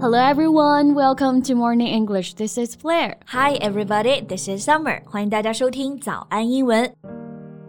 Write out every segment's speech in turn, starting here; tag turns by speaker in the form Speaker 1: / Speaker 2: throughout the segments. Speaker 1: Hello everyone, welcome to Morning English. This is Blair.
Speaker 2: Hi everybody, this is Summer. 欢迎大家收听早安英文。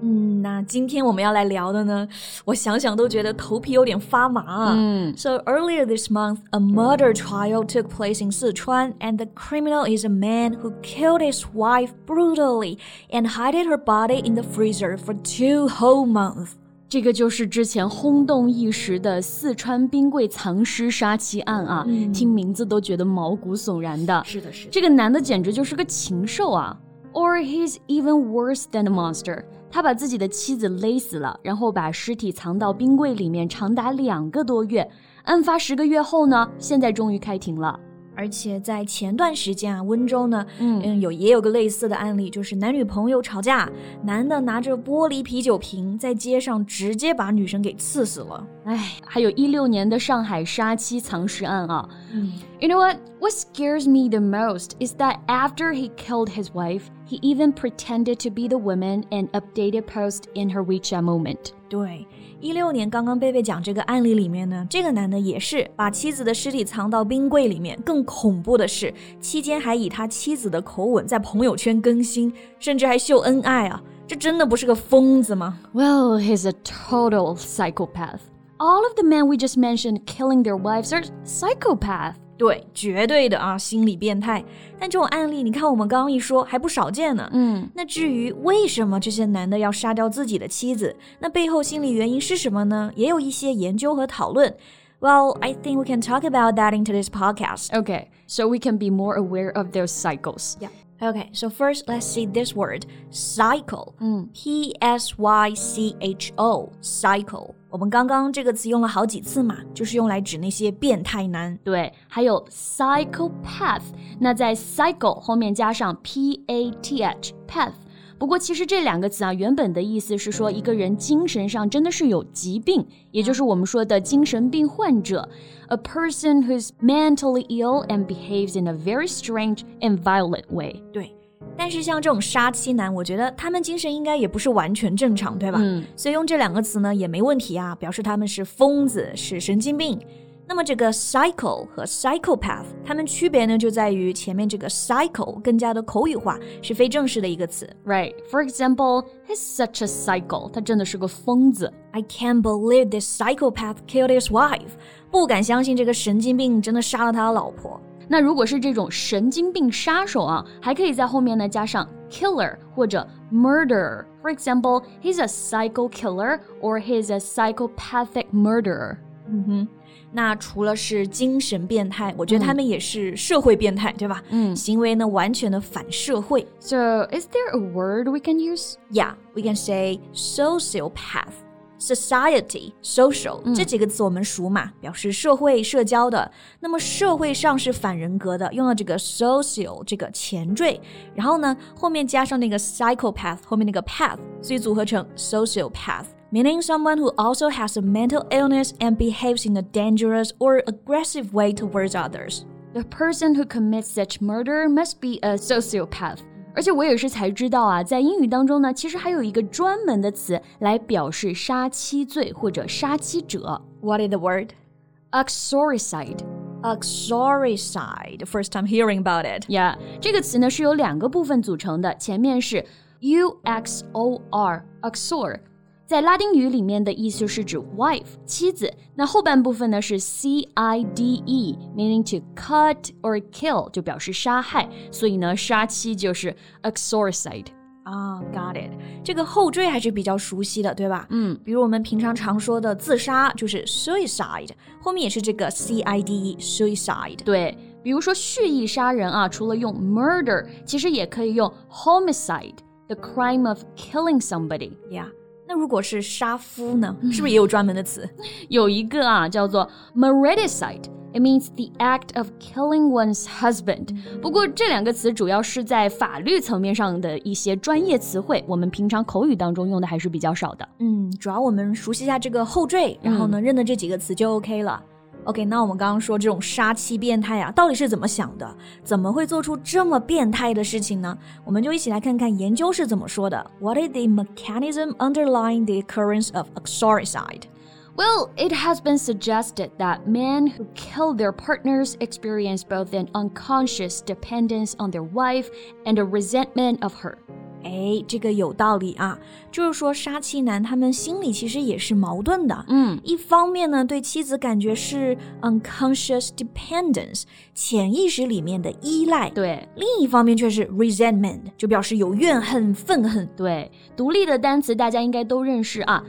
Speaker 2: 嗯，那今天我们要来聊的呢，我想想都觉得头皮有点发麻啊。
Speaker 1: 嗯
Speaker 2: So earlier this month, a murder trial took place in Sichuan, and the criminal is a man who killed his wife brutally and hid her body in the freezer for two whole months.
Speaker 1: 这个就是之前轰动一时的四川冰柜藏尸杀妻案啊，
Speaker 2: 嗯
Speaker 1: 听名字都觉得毛骨悚然的。
Speaker 2: 是的，是。
Speaker 1: 这个男的简直就是个禽兽啊！Or he's even worse than a monster。他把自己的妻子勒死了，然后把尸体藏到冰柜里面长达两个多月。案发十个月后呢，现在终于开庭了。
Speaker 2: 而且在前段时间啊，温州呢，
Speaker 1: 嗯
Speaker 2: 嗯，有也有个类似的案例，就是男女朋友吵架，男的拿着玻璃啤酒瓶在街上直接把女生给刺死了。
Speaker 1: 哎，还有一六年的上海杀妻藏尸案啊。
Speaker 2: 嗯
Speaker 1: You know what? What scares me the most is that after he killed his wife, he even pretended to be the woman and updated post in her WeChat moment.
Speaker 2: 对，一六年刚刚贝贝讲这个案例里面呢，这个男的也是把妻子的尸体藏到冰柜里面。更恐怖的是，期间还以他妻子的口吻在朋友圈更新，甚至还秀恩爱啊！这真的不是个疯子吗？
Speaker 1: Well, he's a total psychopath. All of the men we just mentioned killing their wives are psychopath.
Speaker 2: 对，绝对的啊，心理变态。但这种案例，你看我们刚刚一说，还不少见呢。
Speaker 1: 嗯，
Speaker 2: 那至于为什么这些男的要杀掉自己的妻子，那背后心理原因是什么呢？也有一些研究和讨论。Well, I think we can talk about that in today's podcast.
Speaker 1: Okay, so we can be more aware of their cycles.
Speaker 2: Yeah. Okay, so first let's see this word, cycle.
Speaker 1: 嗯
Speaker 2: P S Y C H O, cycle. 我们刚刚这个词用了好几次嘛，就是用来指那些变态男。
Speaker 1: 对，还有 psychopath，那在 cycle 后面加上 p a t h path。不过其实这两个词啊，原本的意思是说一个人精神上真的是有疾病，也就是我们说的精神病患者，a person who's mentally ill and behaves in a very strange and violent way。
Speaker 2: 对，但是像这种杀妻男，我觉得他们精神应该也不是完全正常，对吧？
Speaker 1: 嗯，
Speaker 2: 所以用这两个词呢也没问题啊，表示他们是疯子，是神经病。那么这个 psycho 和 psychopath，它们区别呢就在于前面这个 psycho 更加的口语化，是非正式的一个词。
Speaker 1: Right. For example, he's such a psycho. 他真的是个疯子。
Speaker 2: I can't believe this psychopath killed his wife，不敢相信这个神经病真的杀了他的老婆。
Speaker 1: 那如果是这种神经病杀手啊，还可以在后面呢加上 killer 或者 murderer。For example, he's a psycho killer or he's a psychopathic murderer.
Speaker 2: 嗯哼，那除了是精神变态，我觉得他们也是社会变态，对吧？
Speaker 1: 嗯
Speaker 2: 行为呢完全的反社会。
Speaker 1: So, is there a word we can use?
Speaker 2: Yeah, we can say sociopath. Society, social、这几个词我们熟嘛，表示社会、社交的。那么社会上是反人格的，用了这个 social 这个前缀，然后呢后面加上那个 psychopath 后面那个 path，所以组合成 sociopath。Meaning someone who also has a mental illness and behaves in a dangerous or aggressive way towards others.
Speaker 1: The person who commits such murder must be a sociopath. 而且我也是才知道啊，在英语当中呢，其实还有一个专门的词来表示杀妻罪或者杀妻者
Speaker 2: What is the word?
Speaker 1: ，uxoricide。
Speaker 2: Uxoricide. First time hearing about it.
Speaker 1: 呀这个词呢是由两个部分组成的，前面是 u x o r uxor，在拉丁语里面的意思是指 wife 妻子，那后半部分呢是 c i d e，meaning to cut or kill 就表示杀害，所以呢杀妻就是 uxoricide。
Speaker 2: 啊、g o t it，这个后缀还是比较熟悉的，对吧？
Speaker 1: 嗯，
Speaker 2: 比如我们平常常说的自杀就是 suicide，后面也是这个 c i d e suicide。
Speaker 1: 对，比如说蓄意杀人啊，除了用 murder，其实也可以用 homicide，the crime of killing somebody。
Speaker 2: 呀，那如果是杀夫 呢，是不是也有专门的词？
Speaker 1: 有一个啊，叫做 mariticide。It means the act of killing one's husband。不过这两个词主要是在法律层面上的一些专业词汇，我们平常口语当中用的还是比较少的。
Speaker 2: 嗯，主要我们熟悉一下这个后缀，然后呢，认得这几个词就 OK 了。OK，那我们刚刚说这种杀妻变态啊，到底是怎么想的？怎么会做出这么变态的事情呢？我们就一起来看看研究是怎么说的。What is the mechanism underlying the occurrence of uxoricide？
Speaker 1: Well, it has been suggested that men who kill their partners experience both an unconscious dependence on their wife and a resentment of her.
Speaker 2: 哎，这个有道理啊，就是说杀妻男他们心里其实也是矛盾的。
Speaker 1: 嗯，
Speaker 2: 一方面呢，对妻子感觉是 unconscious dependence，潜意识里面的依赖；
Speaker 1: 对。
Speaker 2: 另一方面却是 resentment，就表示有怨恨、愤恨。
Speaker 1: 对，独立的单词大家应该都认识啊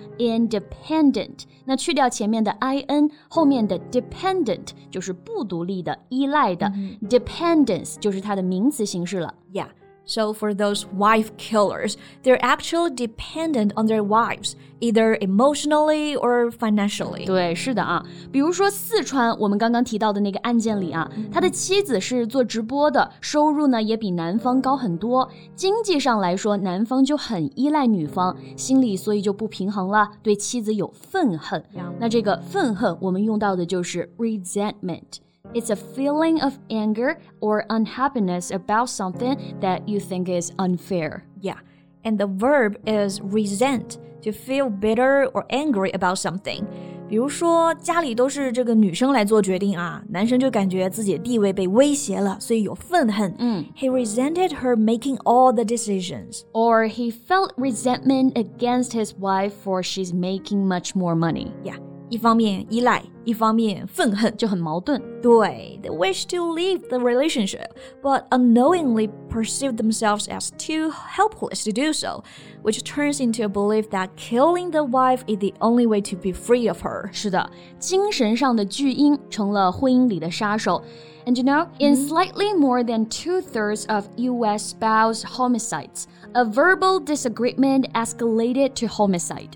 Speaker 1: ，independent。那去掉前面的 i n，后面的 dependent 就是不独立的、依赖的、d e p e n d e n c e 就是它的名词形式了。
Speaker 2: Yeah. So for those wife killers, they're actually dependent on their wives, either emotionally or financially.
Speaker 1: 对，是的啊。比如说四川，我们刚刚提到的那个案件里啊，他的妻子是做直播的，收入呢也比男方高很多。经济上来说，男方就很依赖女方，心里所以就不平衡了，对妻子有愤恨。
Speaker 2: Yeah.
Speaker 1: 那这个愤恨，我们用到的就是 resentment。It's a feeling of anger or unhappiness about something that you think is unfair.
Speaker 2: Yeah. And the verb is resent, to feel bitter or angry about something. 比如说，家里都是这个女生来做决定啊，男生就感觉自己的地位被威胁了，所以有愤恨。
Speaker 1: 嗯
Speaker 2: ，He resented her making all the decisions.
Speaker 1: Or he felt resentment against his wife for she's making much more money.
Speaker 2: Yeah，一方面依赖，一方面愤恨。
Speaker 1: 就很矛盾。
Speaker 2: 对，They wish to leave the relationship, but unknowingly perceive themselves as too helpless to do so, which turns into a belief that killing the wife is the only way to be free of her.
Speaker 1: 是的，精神上的巨婴成了婚姻里的杀手。And you know, in slightly more than two thirds of U.S. spouse homicides, a verbal disagreement escalated to homicide.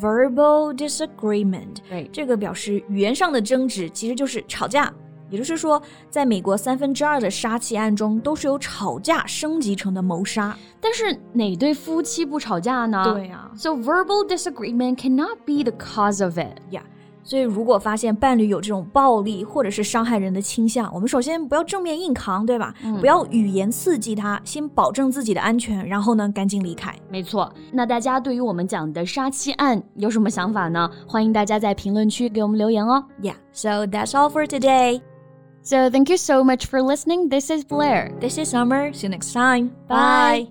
Speaker 2: Verbal disagreement，
Speaker 1: 对
Speaker 2: 这个表示语言上的争执，其实就是吵架。也就是说，在美国三分之二的杀妻案中，都是由吵架升级成的谋杀。
Speaker 1: 但是哪对夫妻不吵架呢？
Speaker 2: 对啊
Speaker 1: So verbal disagreement cannot be the cause of it.
Speaker 2: 呀。所以，如果发现伴侣有这种暴力或者是伤害人的倾向，我们首先不要正面硬扛，对吧？不要语言刺激他，先保证自己的安全，然后呢，赶紧离开。
Speaker 1: 没错，那大家对于我们讲的杀妻案有什么想法呢？欢迎大家在评论区给我们留言哦。
Speaker 2: Yeah, so that's all for today.
Speaker 1: So thank you so much for listening. This is Blair.
Speaker 2: This is Summer. See you next time.
Speaker 1: Bye.
Speaker 2: Bye.